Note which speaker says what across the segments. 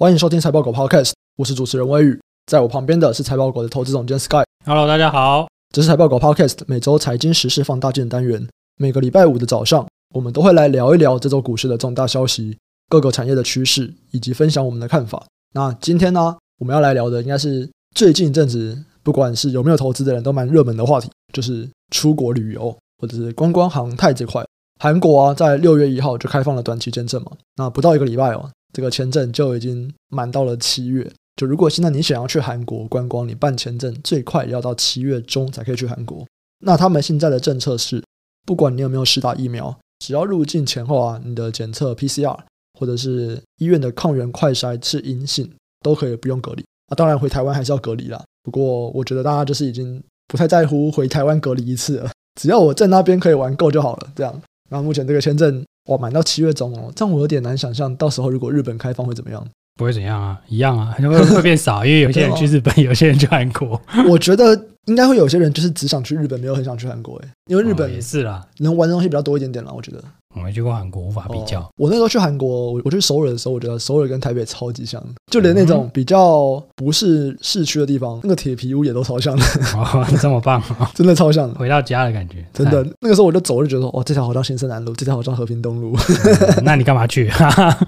Speaker 1: 欢迎收听财报狗 Podcast，我是主持人微宇，在我旁边的是财报狗的投资总监 Sky。
Speaker 2: Hello，大家好。
Speaker 1: 这是财报狗 Podcast 每周财经时事放大镜单元，每个礼拜五的早上，我们都会来聊一聊这周股市的重大消息、各个产业的趋势，以及分享我们的看法。那今天呢、我们要来聊的应该是最近一阵子，不管是有没有投资的人都蛮热门的话题，就是出国旅游或者是观光航太这块。韩国啊，在六月一号就开放了短期签证嘛，那不到一个礼拜哦，这个签证就已经满到了七月。就如果现在你想要去韩国观光，你办签证最快也要到七月中才可以去韩国。那他们现在的政策是，不管你有没有施打疫苗，只要入境前后啊，你的检测 PCR 或者是医院的抗原快筛是阴性，都可以不用隔离。啊，当然回台湾还是要隔离啦。不过我觉得大家就是已经不太在乎回台湾隔离一次了，只要我在那边可以玩够就好了。这样，那目前这个签证哇满到七月中哦，这样我有点难想象到时候如果日本开放会怎么样。
Speaker 2: 不会怎样啊，一 样啊，会会变少，因为有些人去日本，有些人去韩国。
Speaker 1: 我觉得应该会有些人就是只想去日本，没有很想去韩国诶，因 为日
Speaker 2: 哦
Speaker 1: 本
Speaker 2: 也是啦，
Speaker 1: 能玩的东西比较多一点点啦。我觉得
Speaker 2: 我没去过韩国，无法比较。
Speaker 1: 哦我那时候去韩国，我我去首尔的时候，我觉得首尔跟台北超级像，就
Speaker 2: 嗯
Speaker 1: 连那种比较不是市区的地方，那个铁皮屋也都超像的，
Speaker 2: 哦，这么棒、哦，
Speaker 1: 真的超像的。
Speaker 2: 回到家的感觉，
Speaker 1: 真的，那个时候我就走，我就觉得说，哦，这条好像新生南路，这条好像和平东路。
Speaker 2: 赞。嗯那你干嘛去？ 哈哈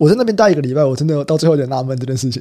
Speaker 1: 我在那边待一个礼拜，我真的到最后有点纳闷这件事情。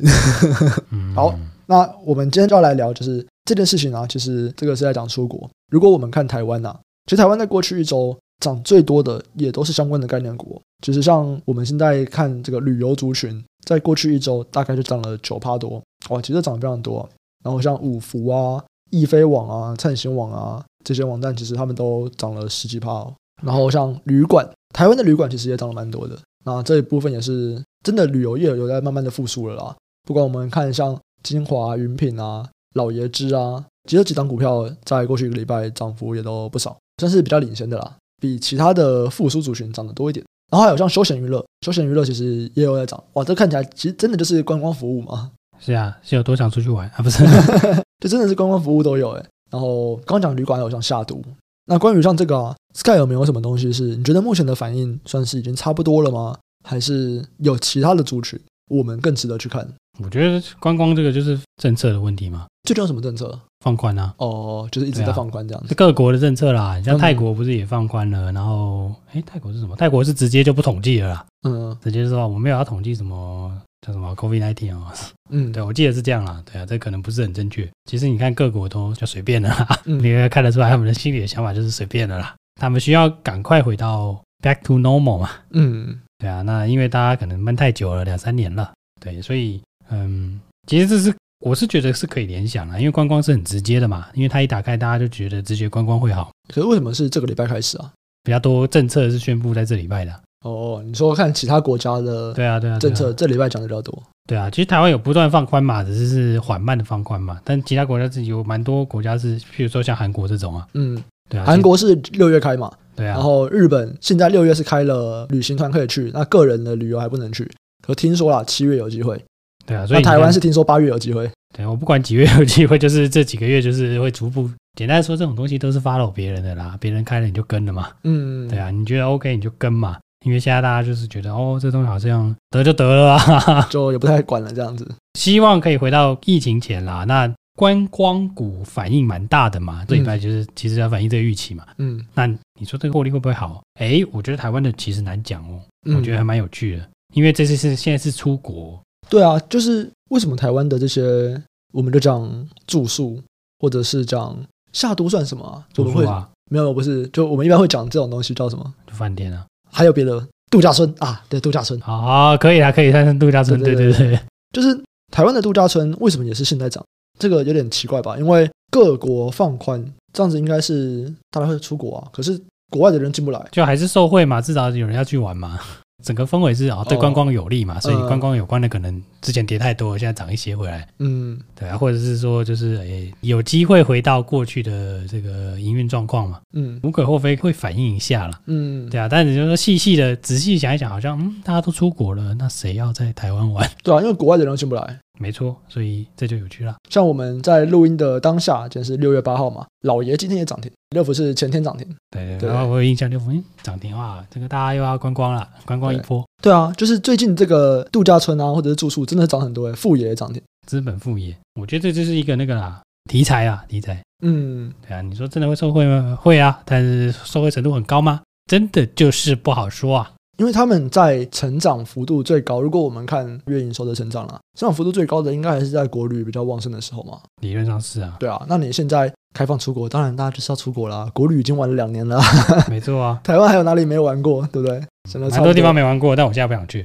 Speaker 2: 嗯
Speaker 1: 好那我们今天就要来聊，就是这件事情啊，其实这个是在讲出国。如果我们看台湾呐、其实台湾在过去一周涨最多的也都是相关的概念股，就是像我们现在看这个旅游族群，在过去一周大概就涨了九趴多，哇，其实涨得非常多、啊。然后像五福啊、易飞网啊、灿星网啊这些网站，其实他们都涨了十几趴、哦。然后像旅馆，台湾的旅馆其实也涨了蛮多的。那这一部分也是真的旅游业有在慢慢的复苏了啦。不管我们看像精华、云品啊、老爷汁啊，其实这几档股票在过去一个礼拜涨幅也都不少，算是比较领先的啦，比其他的复苏族群涨得多一点。然后还有像休闲娱乐，休闲娱乐其实也有在涨，哇，这看起来其实真的就是观光服务嘛，
Speaker 2: 是啊，是有多想出去玩啊？不是，
Speaker 1: 这真的是观光服务都有哎、然后刚刚讲旅馆还有像下毒，那关于像这个、啊、Sky 有没有什么东西是你觉得目前的反应算是已经差不多了吗？还是有其他的族群我们更值得去看？
Speaker 2: 我觉得观光这个就是政策的问题嘛，
Speaker 1: 最近有什么政策？
Speaker 2: 放宽啊，
Speaker 1: 哦，就是一直
Speaker 2: 对啊
Speaker 1: 在放宽这样子。
Speaker 2: 是各国的政策啦。像
Speaker 1: 嗯
Speaker 2: 泰国不是也放宽了？然后，哎，泰国是什么？泰国是直接就不统计了啦，
Speaker 1: 嗯
Speaker 2: 直接就说我没有要统计什么叫什么 COVID nineteen 哦，
Speaker 1: 嗯，
Speaker 2: 对，我记得是这样啦。对啊，这可能不是很正确。其实你看各国都就随便了啦，
Speaker 1: 嗯
Speaker 2: 你也看得出来他们的心里的想法就是随便了啦。他们需要赶快回到 back to normal 嘛。
Speaker 1: 嗯
Speaker 2: 对啊，那因为大家可能闷太久了，两三年了。对，所以嗯，其实这是我是觉得是可以联想啦，因为观光是很直接的嘛，因为它一打开，大家就觉得直觉观光会好。
Speaker 1: 可是为什么是这个礼拜开始啊？
Speaker 2: 比较多政策是宣布在这礼拜的。啊
Speaker 1: 哦，你说看其他国家的
Speaker 2: 对啊，对啊，对啊
Speaker 1: 政策，这礼拜讲的比较多。
Speaker 2: 对啊，其实台湾有不断放宽嘛，只是是缓慢的放宽嘛。但其他国家是有蛮多国家是，譬如说像韩国这种啊，
Speaker 1: 嗯，
Speaker 2: 对啊，
Speaker 1: 韩国是六月开嘛，
Speaker 2: 对啊，
Speaker 1: 然后日本现在六月是开了旅行团可以去，那个人的旅游还不能去。可听说啦，七月有机会。
Speaker 2: 对啊，所以
Speaker 1: 那
Speaker 2: 你看
Speaker 1: 台湾是听说八月有机会。
Speaker 2: 对我不管几月有机会， 就是这几个月就是会逐步。简单来说，这种东西都是 follow 别人的啦，别人开了你就跟了嘛，
Speaker 1: 嗯，
Speaker 2: 对，啊，你觉得 OK 你就跟嘛，因为现在大家就是觉得哦，这东西好像得就得了啊，
Speaker 1: 就也不太管了这样子。
Speaker 2: 希望可以回到疫情前啦。那观光股反应蛮大的嘛，这礼拜就是其实要反映这个预期嘛。
Speaker 1: 嗯，
Speaker 2: 那你说这个获利会不会好？诶，我觉得台湾的其实难讲哦，
Speaker 1: 嗯
Speaker 2: 我觉得还蛮有趣的，因为这次是现在是出国，
Speaker 1: 对啊，就是为什么台湾的这些，我们就讲住宿，或者是讲下都算什么、啊？我
Speaker 2: 出
Speaker 1: 们
Speaker 2: 国
Speaker 1: 会
Speaker 2: 啊，
Speaker 1: 没有不是，就我们一般会讲这种东西叫什么？
Speaker 2: 就饭店啊，
Speaker 1: 还有别的度假村啊，对，度假村。
Speaker 2: 好好哦可以啦，可以，但是度假村，
Speaker 1: 对
Speaker 2: 对
Speaker 1: 对
Speaker 2: 对对。
Speaker 1: 就是台湾的度假村为什么也是现在涨？这个有点奇怪吧？因为各国放宽，这样子应该是大家会出国啊，可是国外的人进不来。
Speaker 2: 就还是受惠嘛，至少有人要去玩嘛。整个氛围是哦，嗯对观光有利嘛，所以观光有关的可能之前跌太多了，现在涨一些回来，
Speaker 1: 嗯，
Speaker 2: 对啊，或者是说就是诶、有机会回到过去的这个营运状况嘛，
Speaker 1: 嗯
Speaker 2: 无可厚非会反映一下啦，
Speaker 1: 嗯，
Speaker 2: 对啊。但你就说细细的仔细想一想，好像嗯，大家都出国了，那谁要在台湾玩？
Speaker 1: 对啊，因为国外的人进不来，
Speaker 2: 没错，所以这就有趣了。
Speaker 1: 像我们在录音的当下，今天是六月八号嘛，老爷今天也涨停，乐福是前天涨停。
Speaker 2: 对
Speaker 1: 对
Speaker 2: 然后我有印象就嗯涨停哇，这个大家又要观光了，观光一波，
Speaker 1: 对啊，就是最近这个度假村啊，或者是住宿，真的涨很多诶、欸富野也涨停。
Speaker 2: 资本副业，我觉得这就是一个那个啦题材啊题材。
Speaker 1: 嗯，
Speaker 2: 对啊，你说真的会受贿吗？会啊，但是受贿程度很高吗？真的就是不好说啊。
Speaker 1: 因为他们在成长幅度最高，如果我们看月营收的成长啦，成长幅度最高的应该还是在国旅比较旺盛的时候嘛。
Speaker 2: 理论上 是啊，
Speaker 1: 对啊，那你现在开放出国，当然大家就是要出国啦。 国旅已经玩了两年了，
Speaker 2: 没错啊，
Speaker 1: 台湾还有哪里没玩过，对不对？真的
Speaker 2: 蛮多地方没玩过，但我现在 不想去。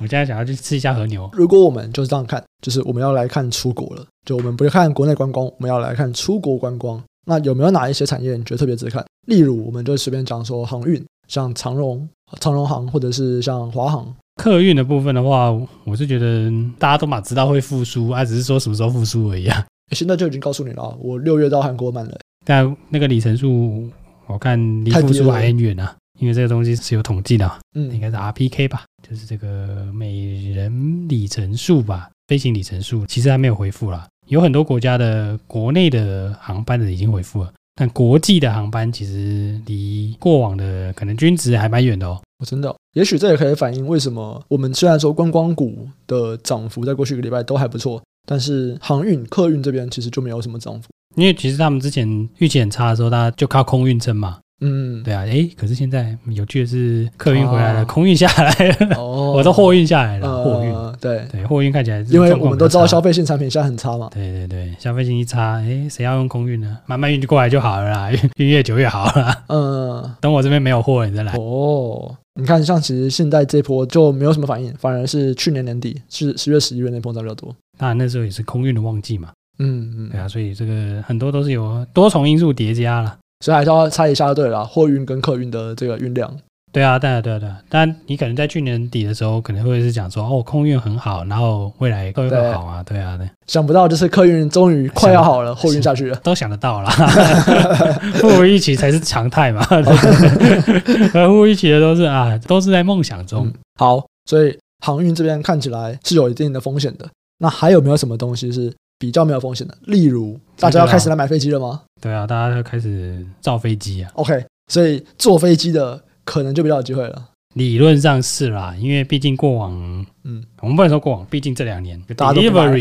Speaker 2: 我现在想要去吃一下和牛。
Speaker 1: 如果我们就是这样看，就是我们要来看出国了，就我们不要看国内观光，我们要来看出国观光。那有没有哪一些产业你觉得特别值得看？例如，我们就随便讲说航运，像长荣、长荣航，或者是像华航。
Speaker 2: 客运的部分的话，我是觉得大家都嘛知道会复苏啊，只是说什么时候复苏而已啊。
Speaker 1: 诶现在就已经告诉你了啊，我六月到韩国满了，
Speaker 2: 但那个里程数，我看离
Speaker 1: 太低
Speaker 2: 复苏
Speaker 1: 了
Speaker 2: 还很远啊，因为这个东西是有统计的、啊，应
Speaker 1: 嗯，
Speaker 2: 该是 RPK 吧，就是这个每人里程数吧，飞行里程数，其实还没有回复啦。有很多国家的国内的航班的已经回复了，但国际的航班其实离过往的可能均值还蛮远的哦。
Speaker 1: 我真的哦，也许这也可以反映为什么我们虽然说观光股的涨幅在过去一个礼拜都还不错，但是航运、客运这边其实就没有什么涨幅。
Speaker 2: 因为其实他们之前运气很差的时候，大家就靠空运撑嘛，
Speaker 1: 嗯，
Speaker 2: 对啊，诶，可是现在有趣的是，客运回来了，
Speaker 1: 哦
Speaker 2: 空运下来了，
Speaker 1: 哦
Speaker 2: 我都货运下来了，货运，
Speaker 1: 呃，对，
Speaker 2: 对，货运看起来是
Speaker 1: 因为
Speaker 2: 状
Speaker 1: 我
Speaker 2: 况
Speaker 1: 们都
Speaker 2: 比
Speaker 1: 知
Speaker 2: 较
Speaker 1: 道
Speaker 2: 差
Speaker 1: 消费性产品现在很差嘛。
Speaker 2: 对对对，消费性一差，诶，谁要用空运呢？慢慢运过来就好了啦， 运运越久越好啦。
Speaker 1: 嗯，
Speaker 2: 等我这边没有货了，你再来。
Speaker 1: 哦，你看，像其实现在这波就没有什么反应，反而是去年年底是十月、十一月那波涨比较多。
Speaker 2: 当然那时候也是空运的旺季嘛，
Speaker 1: 嗯
Speaker 2: 对
Speaker 1: 嗯，
Speaker 2: 啊，所以这个很多都是有多重因素叠加啦。
Speaker 1: 所以还是要猜一下就对了啦，货运跟客运的这个运量。
Speaker 2: 对啊，对啊，对啊，对啊。当然，你可能在去年底的时候，可能会是讲说，哦，空运很好，然后未来会
Speaker 1: 对
Speaker 2: 会好啊，对啊，对，
Speaker 1: 想不到就是客运终于快要好了，货运下去了。
Speaker 2: 都想得到啦，不如一起才是常态嘛。 合乎一起的都是啊，都是在梦想中。
Speaker 1: 嗯好，所以航运这边看起来是有一定的风险的。那还有没有什么东西是比较没有风险的？例如，大家要开始来买飞机了吗
Speaker 2: 对啊，大家就开始造飞机啊，
Speaker 1: ？OK，所以坐飞机的可能就比较有机会了。
Speaker 2: 理论上是啦，因为毕竟过往，
Speaker 1: 嗯，
Speaker 2: 我们不能说过往，毕竟这两年
Speaker 1: 大家都不买
Speaker 2: delivery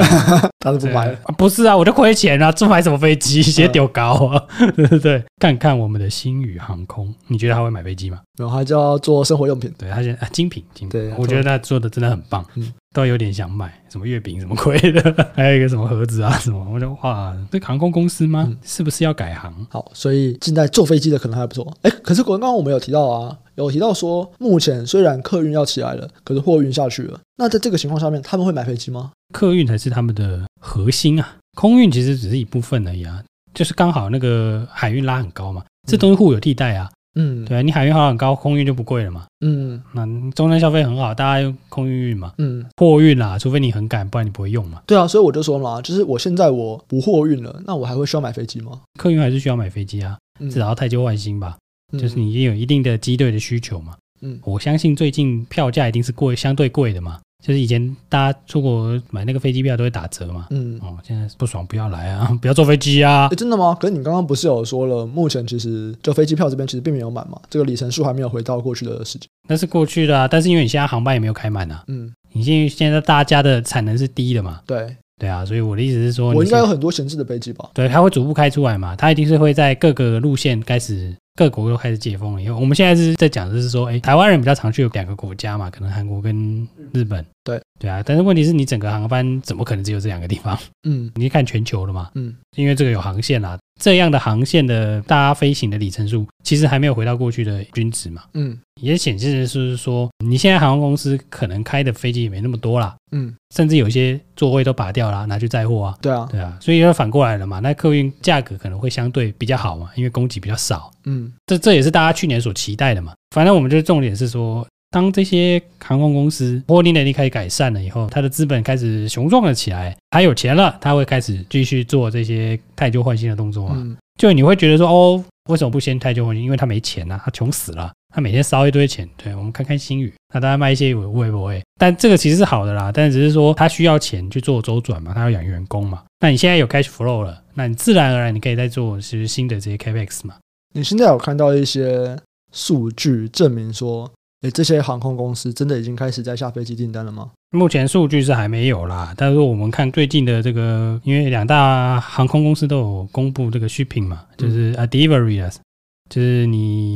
Speaker 1: 大家都 不买了。
Speaker 2: 啊，不是啊，我就亏钱啊，这买什么飞机，写丢高啊， 对对对，看看我们的星宇航空，你觉得他会买飞机吗？
Speaker 1: 然后还就要做生活用品。
Speaker 2: 对他现在、啊、精品精
Speaker 1: 对
Speaker 2: 品
Speaker 1: 他，
Speaker 2: 我觉得他做的真的很棒，
Speaker 1: 嗯
Speaker 2: 都有点想买，什么月饼什么鬼的，还有一个什么盒子啊什么，我就哇，这个航空公司吗？
Speaker 1: 嗯
Speaker 2: 是不是要改行？
Speaker 1: 好，所以现在坐飞机的可能还不错。哎，可是刚刚我们有提到啊，有提到说，目前虽然客运要起来了，可是货运下去了。那在这个情况下面，他们会买飞机吗？
Speaker 2: 客运才是他们的核心啊，空运其实只是一部分而已啊，就是刚好那个海运拉很高嘛，这东西互有替代啊，
Speaker 1: 嗯，
Speaker 2: 对啊，你海运拉很高，空运就不贵了嘛，
Speaker 1: 嗯
Speaker 2: 那终端消费很好，大家用空运运嘛，
Speaker 1: 嗯，
Speaker 2: 货运啦，除非你很赶，不然你不会用嘛，
Speaker 1: 对啊，所以我就说嘛，就是我现在我不货运了，那我还会需要买飞机吗？
Speaker 2: 客运还是需要买飞机啊，
Speaker 1: 嗯
Speaker 2: 至少要太旧换新吧，就是你也有一定的机队的需求嘛。
Speaker 1: 嗯
Speaker 2: 我相信最近票价一定是贵，相对贵的嘛。就是以前大家出国买那个飞机票都会打折嘛。
Speaker 1: 嗯。
Speaker 2: 哦，现在不爽不要来啊， 不要坐飞机啊
Speaker 1: 哎，。真的吗？可是你刚刚不是有说了，目前其实就飞机票这边其实并没有满嘛，这个里程数还没有回到过去的时间。
Speaker 2: 那是过去的啊，但是因为你现在航班也没有开满啊，
Speaker 1: 嗯，
Speaker 2: 你现在现在大家的产能是低的嘛，
Speaker 1: 对，
Speaker 2: 对啊，所以我的意思是说你是，
Speaker 1: 我应该有很多闲置的飞机吧？
Speaker 2: 对，它会逐步开出来嘛，它一定是会在各个路线开始，各国都开始解封了以后，我们现在是在讲的是说，哎，台湾人比较常去有两个国家嘛，可能韩国跟日本，
Speaker 1: 对
Speaker 2: 对啊，但是问题是你整个航班怎么可能只有这两个地方？
Speaker 1: 嗯
Speaker 2: 你看全球了嘛，
Speaker 1: 嗯，
Speaker 2: 因为这个有航线啦，这样的航线的大家飞行的里程数其实还没有回到过去的均值嘛，
Speaker 1: 嗯
Speaker 2: 也显示的是说，你现在航空公司可能开的飞机也没那么多啦，
Speaker 1: 嗯，
Speaker 2: 甚至有一些座位都拔掉啦，拿去载货啊。
Speaker 1: 对啊，
Speaker 2: 对啊，所以要反过来了嘛，那客运价格可能会相对比较好嘛，因为供给比较少，
Speaker 1: 嗯
Speaker 2: 这这也是大家去年所期待的嘛。反正我们就是重点是说，当这些航空公司获利能力开始改善了以后，它的资本开始雄壮了起来，它有钱了，它会开始继续做这些太旧换新的动作嘛。
Speaker 1: 嗯，
Speaker 2: 就你会觉得说，哦，为什么不先太旧换新？因为他没钱啊，他穷死了。他每天烧一堆钱，对我们看看新宇，那大家卖一些我会不会？但这个其实是好的啦，但只是说他需要钱去做周转嘛，他要养员工嘛。那你现在有 cash flow 了，那你自然而然你可以再做其实新的这些 capex 嘛。
Speaker 1: 你现在有看到一些数据证明说，诶，这些航空公司真的已经开始在下飞机订单了吗？
Speaker 2: 目前数据是还没有啦，但是我们看最近的这个，因为两大航空公司都有公布这个 shipping 嘛，就是啊 delivery 啊，就是你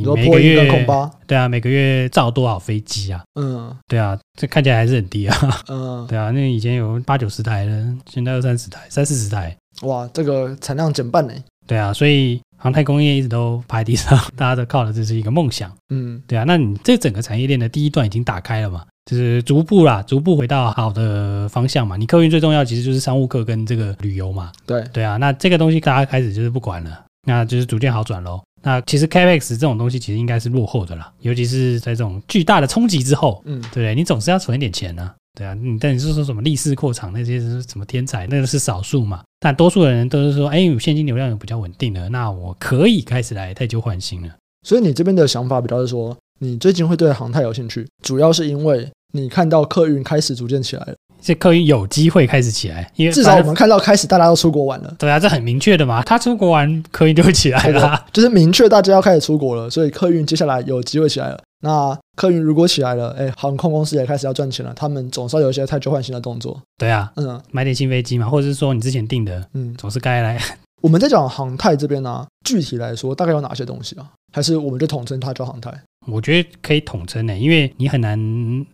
Speaker 1: 嗯你说
Speaker 2: 每
Speaker 1: 波
Speaker 2: 个
Speaker 1: 音跟
Speaker 2: 月
Speaker 1: 空巴，
Speaker 2: 对啊，每个月造多少飞机啊？
Speaker 1: 嗯
Speaker 2: 对啊，这看起来还是很低啊。
Speaker 1: 嗯，
Speaker 2: 对啊，那以前有八九十台的，现在有三十台、三四十台。
Speaker 1: 哇，这个产量减半呢。
Speaker 2: 对啊，所以航太工业一直都排第上， 大家都靠的这是一个梦想。
Speaker 1: 嗯，
Speaker 2: 对啊，那你这整个产业链的第一段已经打开了嘛，就是逐步啦，逐步回到好的方向嘛。你客运最重要其实就是商务客跟这个旅游嘛。
Speaker 1: 对，
Speaker 2: 对啊，那这个东西大家开始就是不管了，那就是逐渐好转喽。那其实 CapEx 这种东西其实应该是落后的啦，尤其是在这种巨大的冲击之后，
Speaker 1: 嗯
Speaker 2: 对不对？你总是要存一点钱呢、对啊，你但你是说什么立式扩厂那些是什么天才，那个是少数嘛。但多数的人都是说，哎，我现金流量有比较稳定了，那我可以开始来太旧换新了。
Speaker 1: 所以你这边的想法比较是说，你最近会对航太有兴趣，主要是因为你看到客运开始逐渐起来了，
Speaker 2: 这客运有机会开始起来，因为
Speaker 1: 至少我
Speaker 2: 反正
Speaker 1: 们看到开始大家都出国 玩了。
Speaker 2: 对啊，这很明确的嘛，他出国玩客运就会起来
Speaker 1: 对的
Speaker 2: 啦。
Speaker 1: 就是明确大家要开始出国了，所以客运接下来有机会起来了。那客运如果起来了，哎，航空公司也开始要赚钱了，他们总是要有一些太旧换新的动作。
Speaker 2: 对啊，
Speaker 1: 嗯
Speaker 2: 买点新飞机嘛，或者是说你之前订的，
Speaker 1: 嗯，
Speaker 2: 总是该来
Speaker 1: 我们在讲航太这边呢、具体来说大概有哪些东西啊？还是我们就统称它叫航太？
Speaker 2: 我觉得可以统称呢、因为你很难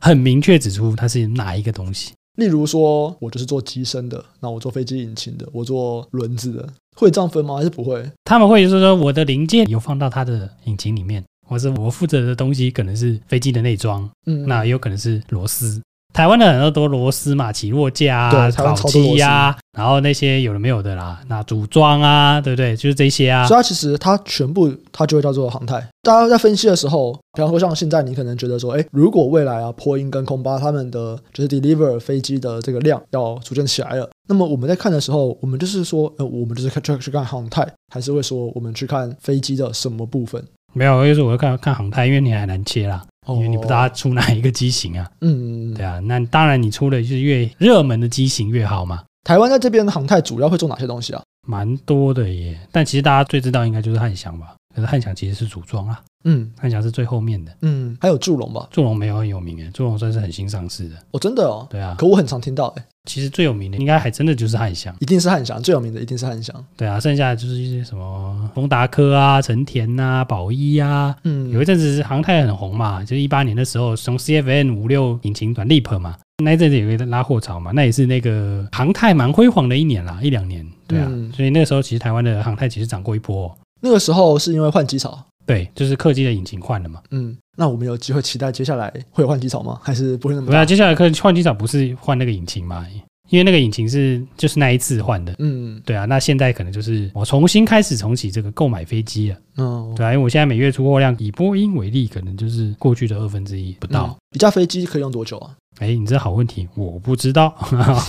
Speaker 2: 很明确指出它是哪一个东西。
Speaker 1: 例如说，我就是做机身的，那我做飞机引擎的，我做轮子的，会这样分吗？还是不会？
Speaker 2: 他们会就是说我的零件有放到它的引擎里面，或是我负责的东西可能是飞机的内装，
Speaker 1: 嗯，
Speaker 2: 那也有可能是螺丝。台湾的很多多螺丝嘛，起落架啊、
Speaker 1: 对台
Speaker 2: 烤
Speaker 1: 湾超多螺丝
Speaker 2: 漆啊，然后那些有的没有的啦，那组装啊，对不对？就是这些啊
Speaker 1: 所以。它其实它全部它就会叫做航太。大家在分析的时候，比方说像现在你可能觉得说，哎，如果未来啊，波音跟空巴他们的就是 deliver 飞机的这个量要逐渐起来了，那么我们在看的时候，我们就是说，呃，我们就是看去去看航太，还是会说我们去看飞机的什么部分？
Speaker 2: 没有，就是我要看看航太，因为你很难切啦，
Speaker 1: 哦
Speaker 2: 因为你不知道它出哪一个机型啊。
Speaker 1: 嗯，
Speaker 2: 对啊，那当然你出的就是越热门的机型越好嘛。
Speaker 1: 台湾在这边航太主要会做哪些东西啊？
Speaker 2: 蛮多的耶。但其实大家最知道应该就是汉翔吧？可是汉翔其实是组装啊，
Speaker 1: 嗯
Speaker 2: 汉翔是最后面的。
Speaker 1: 嗯，还有祝融吧？
Speaker 2: 祝融没有很有名诶，祝融算是很新上市的。
Speaker 1: 哦，真的哦，
Speaker 2: 对啊，
Speaker 1: 可我很常听到，哎，
Speaker 2: 其实最有名的应该还真的就是汉翔。
Speaker 1: 一定是汉翔最有名的，一定是汉翔。
Speaker 2: 对啊，剩下的就是一些什么丰达科啊、成田啊、宝一啊。
Speaker 1: 嗯，
Speaker 2: 有一阵子航太很红嘛，就是一八年的时候，从 CFN 五六引擎转 Leap 嘛，那一阵子有一个拉货潮嘛，那也是那个航太蛮辉煌的一年啦，一两年。对啊，
Speaker 1: 嗯
Speaker 2: 所以那个时候其实台湾的航太其实涨过一波哦、
Speaker 1: 那个时候是因为换机槽。
Speaker 2: 对，就是客机的引擎换了嘛。
Speaker 1: 嗯，那我们有机会期待接下来会有换机潮吗？还是不会那么
Speaker 2: 对啊，
Speaker 1: 大？
Speaker 2: 接下来可能换机场不是换那个引擎嘛？因为那个引擎是就是那一次换的。
Speaker 1: 嗯
Speaker 2: 对啊，那现在可能就是我重新开始重启这个购买飞机了。
Speaker 1: 嗯，
Speaker 2: 对啊，因为我现在每月出货量以波音为例，可能就是过去的二分之一不到
Speaker 1: 嗯。一架飞机可以用多久啊？
Speaker 2: 哎、你这好问题，我不知道。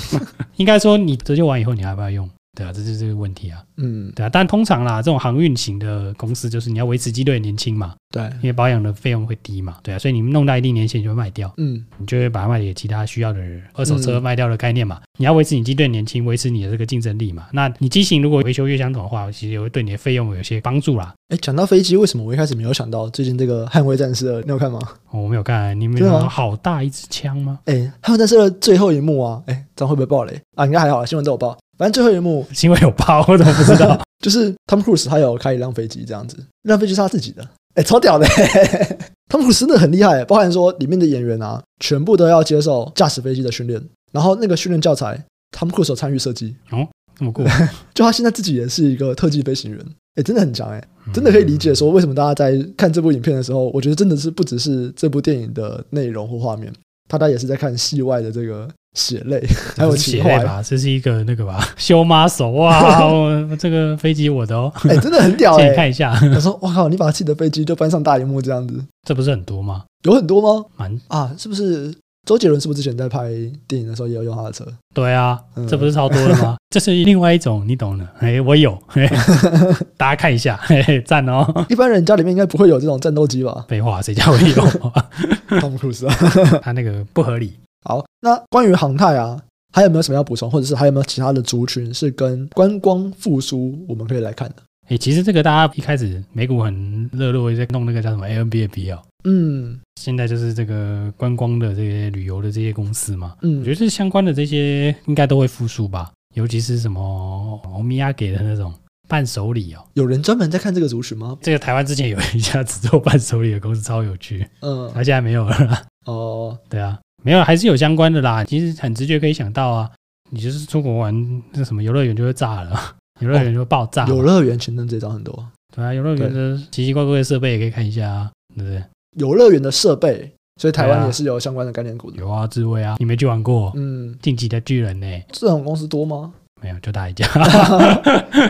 Speaker 2: 应该说你折旧完以后，你还要不要用？对啊，这就是这个问题啊。
Speaker 1: 嗯，
Speaker 2: 对啊，但通常啦，这种航运型的公司就是你要维持机队的年轻嘛，
Speaker 1: 对，
Speaker 2: 因为保养的费用会低嘛。对啊，所以你弄到一定年限你就会卖掉。
Speaker 1: 嗯
Speaker 2: 你就会把它卖给其他需要的人，二手车
Speaker 1: 嗯
Speaker 2: 卖掉的概念嘛。你要维持你机队年轻，维持你的这个竞争力嘛。那你机型如果维修越相同的话，其实也会对你的费用有些帮助啦。
Speaker 1: 哎，讲到飞机，为什么我一开始没有想到最近这个《捍卫战士二》，你有看吗？
Speaker 2: 哦我没有看，你们
Speaker 1: 真的吗
Speaker 2: 有好大一支枪吗？
Speaker 1: 哎，《捍卫战士二》最后一幕啊，哎，这样会不会爆雷啊？应该还好，新闻都有报。反正最后一幕
Speaker 2: 是因为有包，我怎么不 知道？
Speaker 1: 就是汤姆·克鲁斯他有开一辆飞机，这样子，那辆飞机是他自己的，哎，超屌的、 汤姆·克鲁斯真的很厉害、包含说里面的演员啊，全部都要接受驾驶飞机的训练，然后那个训练教材，汤姆·克鲁斯有参与设计，
Speaker 2: 这么酷，
Speaker 1: 就他现在自己也是一个特技飞行员，哎、真的很强哎、
Speaker 2: 嗯
Speaker 1: 真的可以理解说为什么大家在看这部影片的时候，我觉得真的是不只是这部电影的内容或画面，大家也是在看戏外的这个血 泪，
Speaker 2: 嗯，
Speaker 1: 还有
Speaker 2: 这是
Speaker 1: 情
Speaker 2: 血
Speaker 1: 怀
Speaker 2: 泪，吧？这是一个那个吧，修妈手 哇！我这个飞机我的哦，
Speaker 1: 哎、真的很屌
Speaker 2: 借
Speaker 1: 哎、
Speaker 2: 你看一下，
Speaker 1: 他说：“我靠，你把自己的飞机就搬上大荧幕这样子，
Speaker 2: 这不是很多吗？
Speaker 1: 有很多吗？
Speaker 2: 蛮
Speaker 1: 啊，是不是周杰伦是不是之前在拍电影的时候也有用他的 车？
Speaker 2: 对啊
Speaker 1: 嗯，
Speaker 2: 这不是超多的吗？这是另外一种，你懂的。哎，我有， 嘿大家看一下，嘿嘿，赞哦。？
Speaker 1: 一般人家里面应该不会有这种战斗机吧
Speaker 2: 废话，谁叫 我有？
Speaker 1: 汤姆·克鲁斯啊。
Speaker 2: 他那个不合理。
Speaker 1: 好，那关于航太啊，还有没有什么要补充，或者是还有没有其他的族群是跟观光复苏我们可以来看的？
Speaker 2: 哎，其实这个大家一开始美股很热络，在弄那个叫什么 Airbnb 哦，
Speaker 1: 嗯
Speaker 2: 现在就是这个观光的这些旅游的这些公司嘛，我觉
Speaker 1: 嗯
Speaker 2: 得这相关的这些应该都会复苏吧，尤其是什么欧米亚给的那种伴手礼哦，
Speaker 1: 有人专门在看这个族群吗？
Speaker 2: 这个台湾之前有一家只做伴手礼的公司超有趣，
Speaker 1: 嗯
Speaker 2: 它现在没有了啦。
Speaker 1: 哦，
Speaker 2: 对啊，没有，还是有相关的啦。其实很直觉可以想到啊，你就是出国玩，那什么游乐园就会炸了，游乐园就会爆炸嘛。
Speaker 1: 游乐园前阵子也涨很多，
Speaker 2: 对啊，游乐园的奇奇怪怪的设备也可以看一下啊，对不对？
Speaker 1: 游乐园的设备，所以台
Speaker 2: 对
Speaker 1: 湾
Speaker 2: 啊
Speaker 1: 也是有相关的概念股的。
Speaker 2: 有啊，智慧啊，你没去玩过？
Speaker 1: 嗯，
Speaker 2: 晋级的巨人呢、
Speaker 1: 这种公司多吗？
Speaker 2: 没有，就他一家，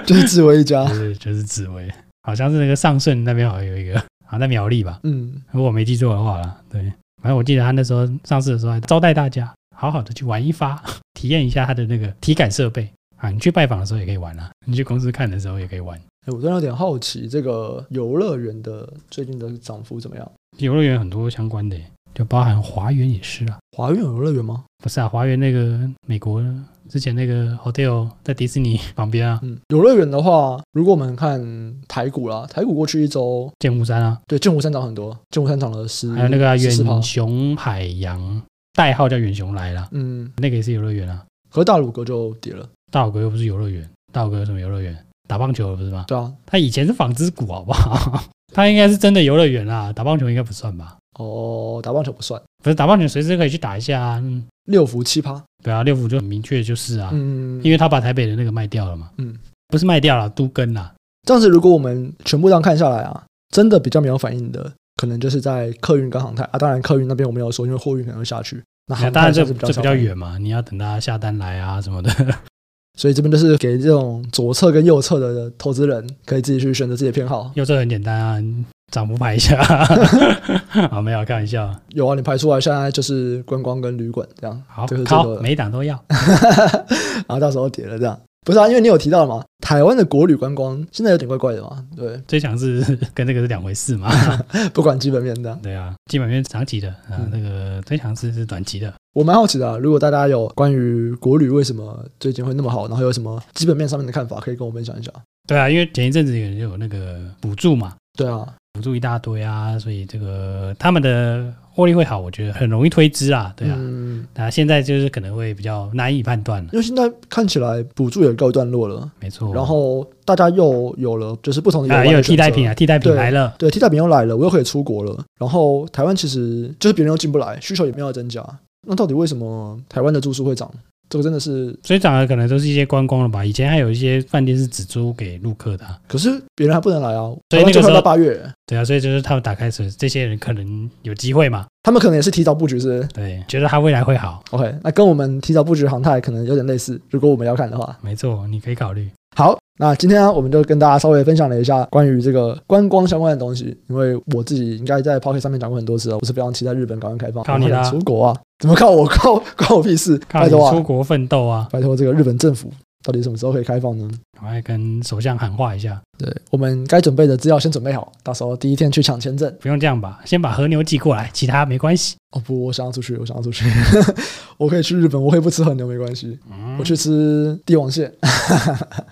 Speaker 1: 就是自为一家
Speaker 2: 就。是就是紫薇，好像是那个上顺那边好像有一个，啊，在苗栗吧，
Speaker 1: 嗯，
Speaker 2: 如果我没记错的话啦，对，反正我记得他那时候上市的时候还招待大家，好好的去玩一发，体验一下他的那个体感设备啊。你去拜访的时候也可以玩啊，你去公司看的时候也可以玩。
Speaker 1: 哎我真的有点好奇，这个游乐园的最近的涨幅怎么样？
Speaker 2: 游乐园很多相关的耶，就包含华园也是啊，
Speaker 1: 华苑有游乐园吗？
Speaker 2: 不是啊，华园那个美国之前那个 hotel 在迪士尼旁边啊，
Speaker 1: 嗯，游乐园的话，如果我们看台股啦，台股过去一周
Speaker 2: 剑湖山啊，
Speaker 1: 对，剑湖山涨很多，剑湖山涨了十，
Speaker 2: 还有那个啊
Speaker 1: 嗯十四趴
Speaker 2: 远雄海洋，代号叫远雄来了，
Speaker 1: 嗯，
Speaker 2: 那个也是游乐园啊。
Speaker 1: 和大鲁阁就跌了，
Speaker 2: 大狗哥又不是游乐园，大狗哥有什么游乐园？打棒球的不是吗？
Speaker 1: 对啊，
Speaker 2: 他以前是纺织股，好不好？ 他应该是真的游乐园啦，打棒球应该不算吧？
Speaker 1: 哦，打棒球不算，
Speaker 2: 不是打棒球随时可以去打一下啊。嗯、
Speaker 1: 六福七趴，
Speaker 2: 对啊，六福就很明确就是啊，
Speaker 1: 嗯，
Speaker 2: 因为他把台北的那个卖掉了嘛。
Speaker 1: 嗯，
Speaker 2: 不是卖掉了，都跟啦。
Speaker 1: 这样子如果我们全部这样看下来啊，真的比较没有反应的，可能就是在客运跟航太啊，当然客运那边我没有说，因为货运可能会下去，那航
Speaker 2: 当
Speaker 1: 太
Speaker 2: 然
Speaker 1: 就
Speaker 2: 这
Speaker 1: 是
Speaker 2: 这
Speaker 1: 少
Speaker 2: 比较
Speaker 1: 反应，
Speaker 2: 远嘛，你要等他下单来啊什么的。
Speaker 1: 所以这边就是给这种左侧跟右侧的投资人可以自己去选择自己的偏好，
Speaker 2: 右侧很简单啊，你涨幅排 一下。好，没有开玩笑。
Speaker 1: 有啊，你排出来现在就是观光跟旅馆这样，
Speaker 2: 好
Speaker 1: 就是，这
Speaker 2: 好
Speaker 1: 个，
Speaker 2: 每一档 都要。
Speaker 1: 然后到时候跌了这样。不是啊，因为你有提到嘛，台湾的国旅观光现在有点怪怪的嘛，对，
Speaker 2: 最强是跟这个是两回事嘛。
Speaker 1: 不管基本面这样。
Speaker 2: 对啊，基本面是长期的啊
Speaker 1: 嗯，
Speaker 2: 那个最强是是短期的。
Speaker 1: 我蛮好奇的啊、如果大家有关于国旅为什么最近会那么好，然后有什么基本面上面的看法，可以跟我分享一下。
Speaker 2: 对啊，因为前一阵子有有那个补助嘛，
Speaker 1: 对啊，
Speaker 2: 补助一大堆啊，所以这个他们的获利会好，我觉得很容易推知啊，对啊。
Speaker 1: 嗯，
Speaker 2: 那、现在就是可能会比较难以判断了，
Speaker 1: 因为现在看起来补助也告一段落了，
Speaker 2: 没错。
Speaker 1: 然后大家又有了就是不同的游
Speaker 2: 哦啊，
Speaker 1: 玩
Speaker 2: 也有
Speaker 1: 的选
Speaker 2: 替代品
Speaker 1: 择
Speaker 2: 啊，，替代品
Speaker 1: 对
Speaker 2: 来了，
Speaker 1: 对，替代品又来了，我又可以出国了。然后台湾其实就是别人又进不来，需求也没有增加，那到底为什么台湾的住宿会涨？这个真的是，
Speaker 2: 所以涨的可能都是一些观光了吧。以前还有一些饭店是只租给陆客的啊、
Speaker 1: 可是别人还不能来啊，
Speaker 2: 所以
Speaker 1: 台
Speaker 2: 那个
Speaker 1: 湾就快
Speaker 2: 时候
Speaker 1: 到八月，
Speaker 2: 对啊，所以就是他们打开时，这些人可能有机会嘛，
Speaker 1: 他们可能也是提早布局，是不是
Speaker 2: 对，觉得他未来会好，
Speaker 1: OK，那跟我们提早布局航太可能有点类似，如果我们要看的话。
Speaker 2: 没错，你可以考虑。
Speaker 1: 好，那今天呢，啊我们就跟大家稍微分享了一下关于这个观光相关的东西，因为我自己应该在 p o c k e t 上面讲过很多次了，我是非常期待日本赶快开放，
Speaker 2: 靠你啦
Speaker 1: 然后想出国啊，怎么靠我？靠 靠我屁事！
Speaker 2: 靠
Speaker 1: 拜
Speaker 2: 你
Speaker 1: 托
Speaker 2: 出
Speaker 1: 啊，
Speaker 2: 国奋斗啊，
Speaker 1: 拜托这个日本政府到底什么时候可以开放呢？
Speaker 2: 赶快跟首相喊话一下，
Speaker 1: 对我们该准备的资料先准备好，到时候第一天去抢签证。
Speaker 2: 不用这样吧，先把和牛寄过来，其他没关系。
Speaker 1: 哦不，我想要出去，我想要出去， 我可以去日本，我可以不吃和牛没关系，
Speaker 2: 嗯
Speaker 1: 我，去吃帝王蟹，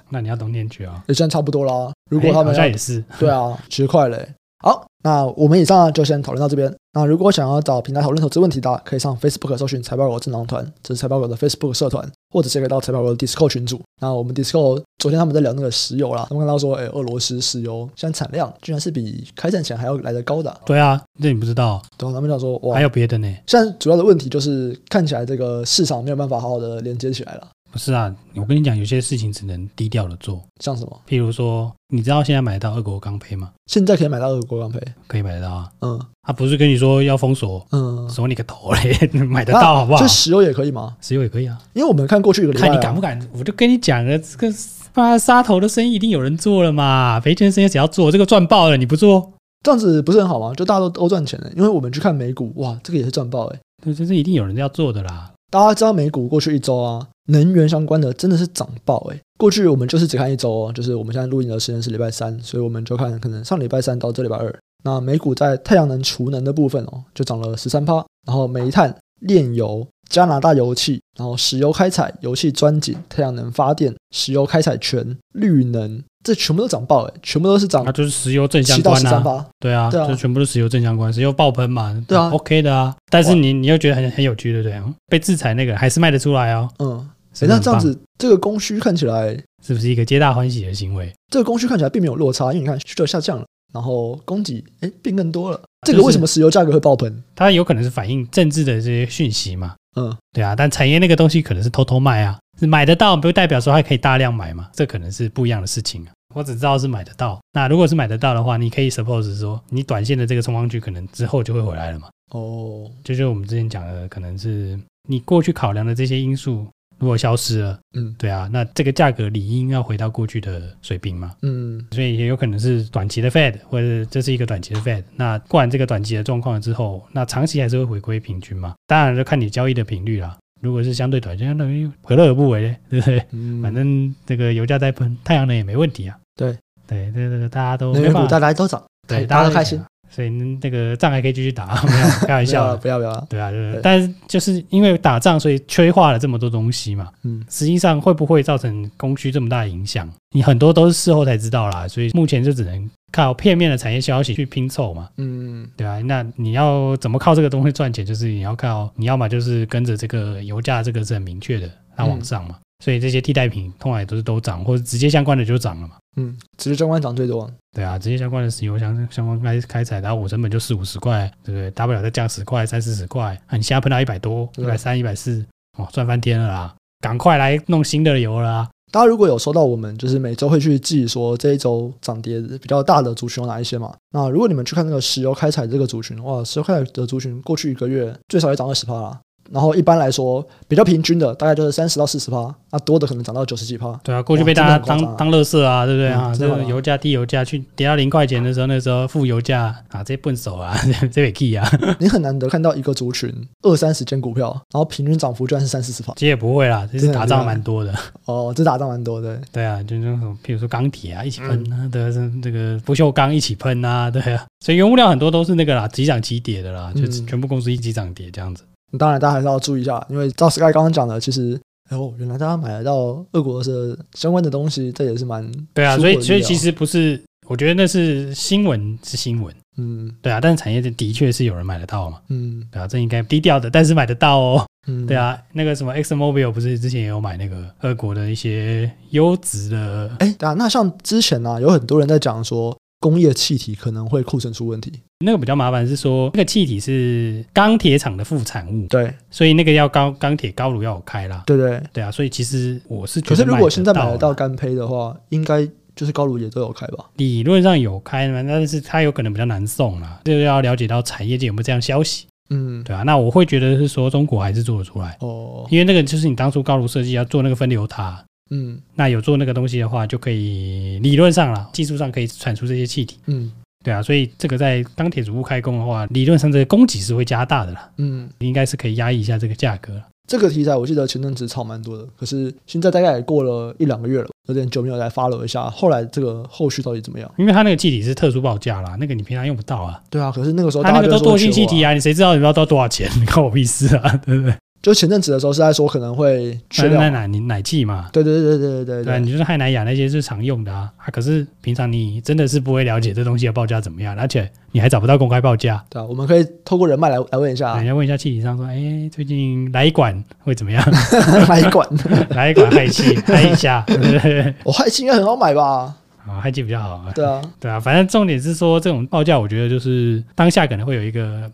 Speaker 2: 那你要冬天去啊、
Speaker 1: 也算差不多啦。如果
Speaker 2: 哎
Speaker 1: 他们
Speaker 2: 好
Speaker 1: 要
Speaker 2: 像也是，
Speaker 1: 对啊，十块嘞。好，那我们以上就先讨论到这边。那如果想要找平台讨论投资问题的，可以上 Facebook 搜寻财报狗智囊团，这是财报狗的 Facebook 社团，或者是可以到财报狗的 Discord 群组。那我们 Discord 昨天他们在聊那个石油啦，他们看到说，哎，俄罗斯石油现在产量居然是比开战前还要来得高的啊，
Speaker 2: 对啊，这你不知道，
Speaker 1: 对啊，他们想说，哇
Speaker 2: 还，有别的呢？
Speaker 1: 现在主要的问题就是看起来这个市场没有办法好好的连接起来了，
Speaker 2: 不是啊，我跟你讲，有些事情只能低调的做，
Speaker 1: 像什么
Speaker 2: 譬如说，你知道现在买得到俄国钢坯吗？
Speaker 1: 现在可以买到俄国钢坯，
Speaker 2: 可以买得到啊，
Speaker 1: 嗯
Speaker 2: 他、不是跟你说要封锁，
Speaker 1: 嗯，啊
Speaker 2: 锁你个头嘞， 买得到好不好
Speaker 1: 这？石油也可以吗？
Speaker 2: 石油也可以啊，
Speaker 1: 因为我们看过去一个礼拜、啊，
Speaker 2: 看你敢不敢，我就跟你讲了，这个妈杀头的生意一定有人做了嘛，赔钱的生意谁要做？这个赚爆了，你不做？
Speaker 1: 欸这样子不是很好吗？就大家都都赚钱了，因为我们去看美股，哇，这个也是赚爆哎、
Speaker 2: 对，这是一定有人要做的啦。
Speaker 1: 大家知道美股过去一周啊，能源相关的真的是涨爆诶、过去我们就是只看一周哦，就是我们现在录音的时间是礼拜三，所以我们就看可能上礼拜三到这礼拜二。那美股在太阳能储能的部分哦，就涨了十三趴，然后煤炭、炼油、加拿大油气，然后石油开采、油气钻井、太阳能发电、石油开采权、绿能，这全部都涨爆诶、欸全部都是涨
Speaker 2: 那就是石油正相
Speaker 1: 七到
Speaker 2: 关
Speaker 1: 十三
Speaker 2: 啊，
Speaker 1: 趴。
Speaker 2: 对啊，
Speaker 1: 对啊
Speaker 2: 就全部都石油正相关，石油爆喷嘛，
Speaker 1: 对啊
Speaker 2: ，OK 的啊。但是
Speaker 1: 哇
Speaker 2: 你你又觉得很很有趣，对不对？被制裁那个还是卖得出来哦，
Speaker 1: 嗯，
Speaker 2: 是
Speaker 1: 诶
Speaker 2: 不是
Speaker 1: 那
Speaker 2: 很
Speaker 1: 这样
Speaker 2: 棒
Speaker 1: 子，这个供需看起来
Speaker 2: 是不是一个皆大欢喜的行为？
Speaker 1: 这个供需看起来并没有落差，因为你看需求下降了，然后供给哎变更多了，这
Speaker 2: 就是
Speaker 1: 个为什么石油价格会爆棚？
Speaker 2: 它有可能是反映政治的这些讯息嘛，
Speaker 1: 嗯，
Speaker 2: 对啊。但产业那个东西可能是偷偷卖啊，是买得到，不代表说它可以大量买嘛，这可能是不一样的事情啊。我只知道是买得到，那如果是买得到的话，你可以 suppose 说，你短线的这个冲上去，可能之后就会回来了嘛。
Speaker 1: 哦，
Speaker 2: 就就是我们之前讲的，可能是你过去考量的这些因素如果消失了，
Speaker 1: 嗯
Speaker 2: 对啊，那这个价格理应要回到过去的水平嘛。
Speaker 1: 嗯
Speaker 2: 所以也有可能是短期的 Fed，或者这是一个短期的 Fed。那过完这个短期的状况之后，那长期还是会回归平均嘛？当然就看你交易的频率啦。如果是相对短期，那等于何乐而不为呢？对不对？
Speaker 1: 嗯，
Speaker 2: 反正这个油价在喷，太阳能也没问题啊。
Speaker 1: 对
Speaker 2: 对，这个大家都
Speaker 1: 能
Speaker 2: 没
Speaker 1: 源
Speaker 2: 办
Speaker 1: 股
Speaker 2: 法
Speaker 1: 大，家都涨，
Speaker 2: 对，
Speaker 1: 大家都
Speaker 2: 一
Speaker 1: 开
Speaker 2: 起
Speaker 1: 心
Speaker 2: 啊。。所以那个仗还可以继续打， 没有开玩
Speaker 1: 不
Speaker 2: 笑
Speaker 1: 要
Speaker 2: 的
Speaker 1: 了，。不要不要了，
Speaker 2: 对啊，对啊
Speaker 1: 对
Speaker 2: 但是就是因为打仗，所以催化了这么多东西嘛。
Speaker 1: 嗯
Speaker 2: 实际上会不会造成供需这么大的影响，你很多都是事后才知道啦。所以目前就只能靠片面的产业消息去拼凑嘛，
Speaker 1: 嗯
Speaker 2: 对啊，那你要怎么靠这个东西赚钱？就是你要靠，你要么就是跟着这个油价，这个是很明确的，它往上嘛。所以这些替代品通常也都是都涨，或者直接相关的就涨了嘛。
Speaker 1: 嗯，只是中观涨最多，
Speaker 2: 对啊，直接相关的石油相相关开开采，然后我成本就四五十块，对不对？大不了再降十块、三四十块，啊，你现在喷到一百多、一
Speaker 1: 嗯
Speaker 2: 百三、一百四，哦，赚翻天了啦！赶快来弄新的油了啊！
Speaker 1: 大家如果有收到我们就是每周会去记说这一周涨跌比较大的族群有哪一些嘛？那如果你们去看那个石油开采这个族群，哇，石油开采的族群过去一个月最少也涨二十趴啦。然后一般来说，比较平均的大概就是三十到四十趴，那多的可能涨到九十几 趴。
Speaker 2: 对啊，过去被大家当、
Speaker 1: 真的很夸张啊
Speaker 2: 当乐色啊，对不对啊？
Speaker 1: 嗯
Speaker 2: 这
Speaker 1: 真的
Speaker 2: 个
Speaker 1: 很夸张
Speaker 2: 油价低油价去跌到零块钱的时候，那时候负油价啊，这笨手啊， 这被 key 啊，
Speaker 1: 你很难得看到一个族群二三十间股票，然后平均涨幅居然是三四十趴。
Speaker 2: 其实也不会啦，这
Speaker 1: 真
Speaker 2: 是
Speaker 1: 的
Speaker 2: 打
Speaker 1: 很
Speaker 2: 仗
Speaker 1: 厉害
Speaker 2: 蛮多的，
Speaker 1: 哦，这打仗蛮多的。
Speaker 2: 对啊，就那种譬如说钢铁啊，一起喷
Speaker 1: 嗯
Speaker 2: 啊，对啊，这这个不锈钢一起喷啊，对啊，所以原物料很多都是那个啦，急涨急跌的啦，就
Speaker 1: 嗯
Speaker 2: 全部公司一起涨跌这样子。
Speaker 1: 当然，大家还是要注意一下，因为照 Sky 刚刚讲的，其实，哎呦，原来大家买得到俄国的相关的东西，这也是蛮
Speaker 2: 对啊，
Speaker 1: 出
Speaker 2: 所以
Speaker 1: 乎意
Speaker 2: 所以
Speaker 1: 料
Speaker 2: 其实不是，我觉得那是新闻是新闻，
Speaker 1: 嗯
Speaker 2: 对啊，但是产业的的确是有人买得到嘛，
Speaker 1: 嗯
Speaker 2: 对啊，这应该低调的，但是买得到哦。
Speaker 1: 嗯，
Speaker 2: 对。啊，那个什么 ExxonMobil 不是之前也有买那个俄国的一些优质的，
Speaker 1: 哎，对啊，那像之前呢、啊，有很多人在讲说工业气体可能会库存出问题，
Speaker 2: 那个比较麻烦是说那个气体是钢铁厂的副产物，
Speaker 1: 对
Speaker 2: 所以那个要高钢铁高炉要有开啦。
Speaker 1: 对对。
Speaker 2: 对啊，所以其实我是觉
Speaker 1: 可是
Speaker 2: 得
Speaker 1: 如果现在买得
Speaker 2: 买到啊
Speaker 1: 到
Speaker 2: 啦，
Speaker 1: 干胚的话，应该就是高炉也都有开吧？
Speaker 2: 理论上有开嘛，但是它有可能比较难送啦，这就要了解到产业界有没有这样消息，
Speaker 1: 嗯，
Speaker 2: 对啊，那我会觉得是说中国还是做得出来，
Speaker 1: 哦，
Speaker 2: 因为那个就是你当初高炉设计要做那个分流塔，
Speaker 1: 嗯
Speaker 2: 那有做那个东西的话，就可以理论上啦，技术上可以产出这些气体。
Speaker 1: 嗯
Speaker 2: 对啊，所以这个在钢铁主物开工的话，理论上这个供给是会加大的啦，
Speaker 1: 嗯，
Speaker 2: 应该是可以压抑一下这个价格啦。
Speaker 1: 这个题材我记得前阵子炒蛮多的，可是现在大概也过了一两个月了，有点久没有来 follow 一下，后来这个后续到底怎么样？
Speaker 2: 因为它那个气体是特殊报价啦，那个你平常用不到啊，
Speaker 1: 对啊，可是那个时候
Speaker 2: 它
Speaker 1: 大
Speaker 2: 那
Speaker 1: 家
Speaker 2: 个
Speaker 1: 就
Speaker 2: 都
Speaker 1: 说
Speaker 2: 惰性气
Speaker 1: 求
Speaker 2: 体啊，你谁知道你不知道多少钱？ 你关我屁事啊， 对不对？
Speaker 1: 就前阵子的时候是在说可能会缺
Speaker 2: 那
Speaker 1: 料
Speaker 2: 那
Speaker 1: 嘛，
Speaker 2: 奶你奶气嘛，
Speaker 1: 对对对对对对
Speaker 2: 对啊，
Speaker 1: 对
Speaker 2: 你就是氦、氖氩那些是常用的啊啊，可是平常你真的是不会了解这东西的报价怎么样，而且你还找不到公开报价。
Speaker 1: 对啊！我们可以透过人脉来来问一下
Speaker 2: 人家问一下气体商说，哎，最近来一管会怎么样？
Speaker 1: 哪一管，
Speaker 2: 来一管氦气， 嗨一下，对不对？
Speaker 1: 我氦气应该很好买 吧？
Speaker 2: 啊，氦气比较好啊。
Speaker 1: 对啊，
Speaker 2: 对啊，反正重点是说这种报价，我觉得就是当下可能会有一个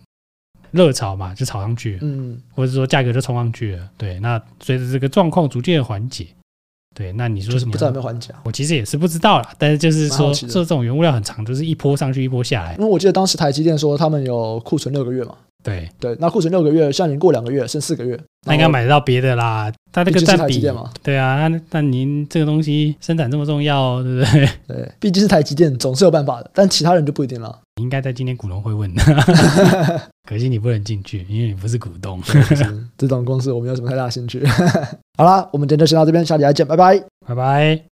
Speaker 2: 热潮嘛，就炒上去了，
Speaker 1: 嗯
Speaker 2: 或者说价格就冲上去了。对，那随着这个状况逐渐的缓解，对，那你说
Speaker 1: 就是
Speaker 2: 什么
Speaker 1: 不知道有没有缓解啊，
Speaker 2: 我其实也是不知道啦，但是就是
Speaker 1: 蛮
Speaker 2: 说，
Speaker 1: 好奇的
Speaker 2: 做这种原物料很长，就是一波上去一波下来
Speaker 1: 因。为我记得当时台积电说他们有库存六个月嘛，
Speaker 2: 对，
Speaker 1: 对，那库存六个月，现在已经过两个月，剩四个月，
Speaker 2: 那应该买得到别的啦。它
Speaker 1: 然后
Speaker 2: 这个
Speaker 1: 毕竟是
Speaker 2: 占
Speaker 1: 台积
Speaker 2: 比，
Speaker 1: 电嘛，
Speaker 2: 对啊，那那您这个东西生产这么重要， 对不对？
Speaker 1: 对，毕 竟是台积电，总是有办法的，但其他人就不一定了。
Speaker 2: 应该在今天股东会问的。可惜你不能进去，因为你不是股东。
Speaker 1: 就是 这种公司我没有什么太大兴趣。好啦，我们今天就先到这边，下集再见，拜拜。
Speaker 2: 拜拜。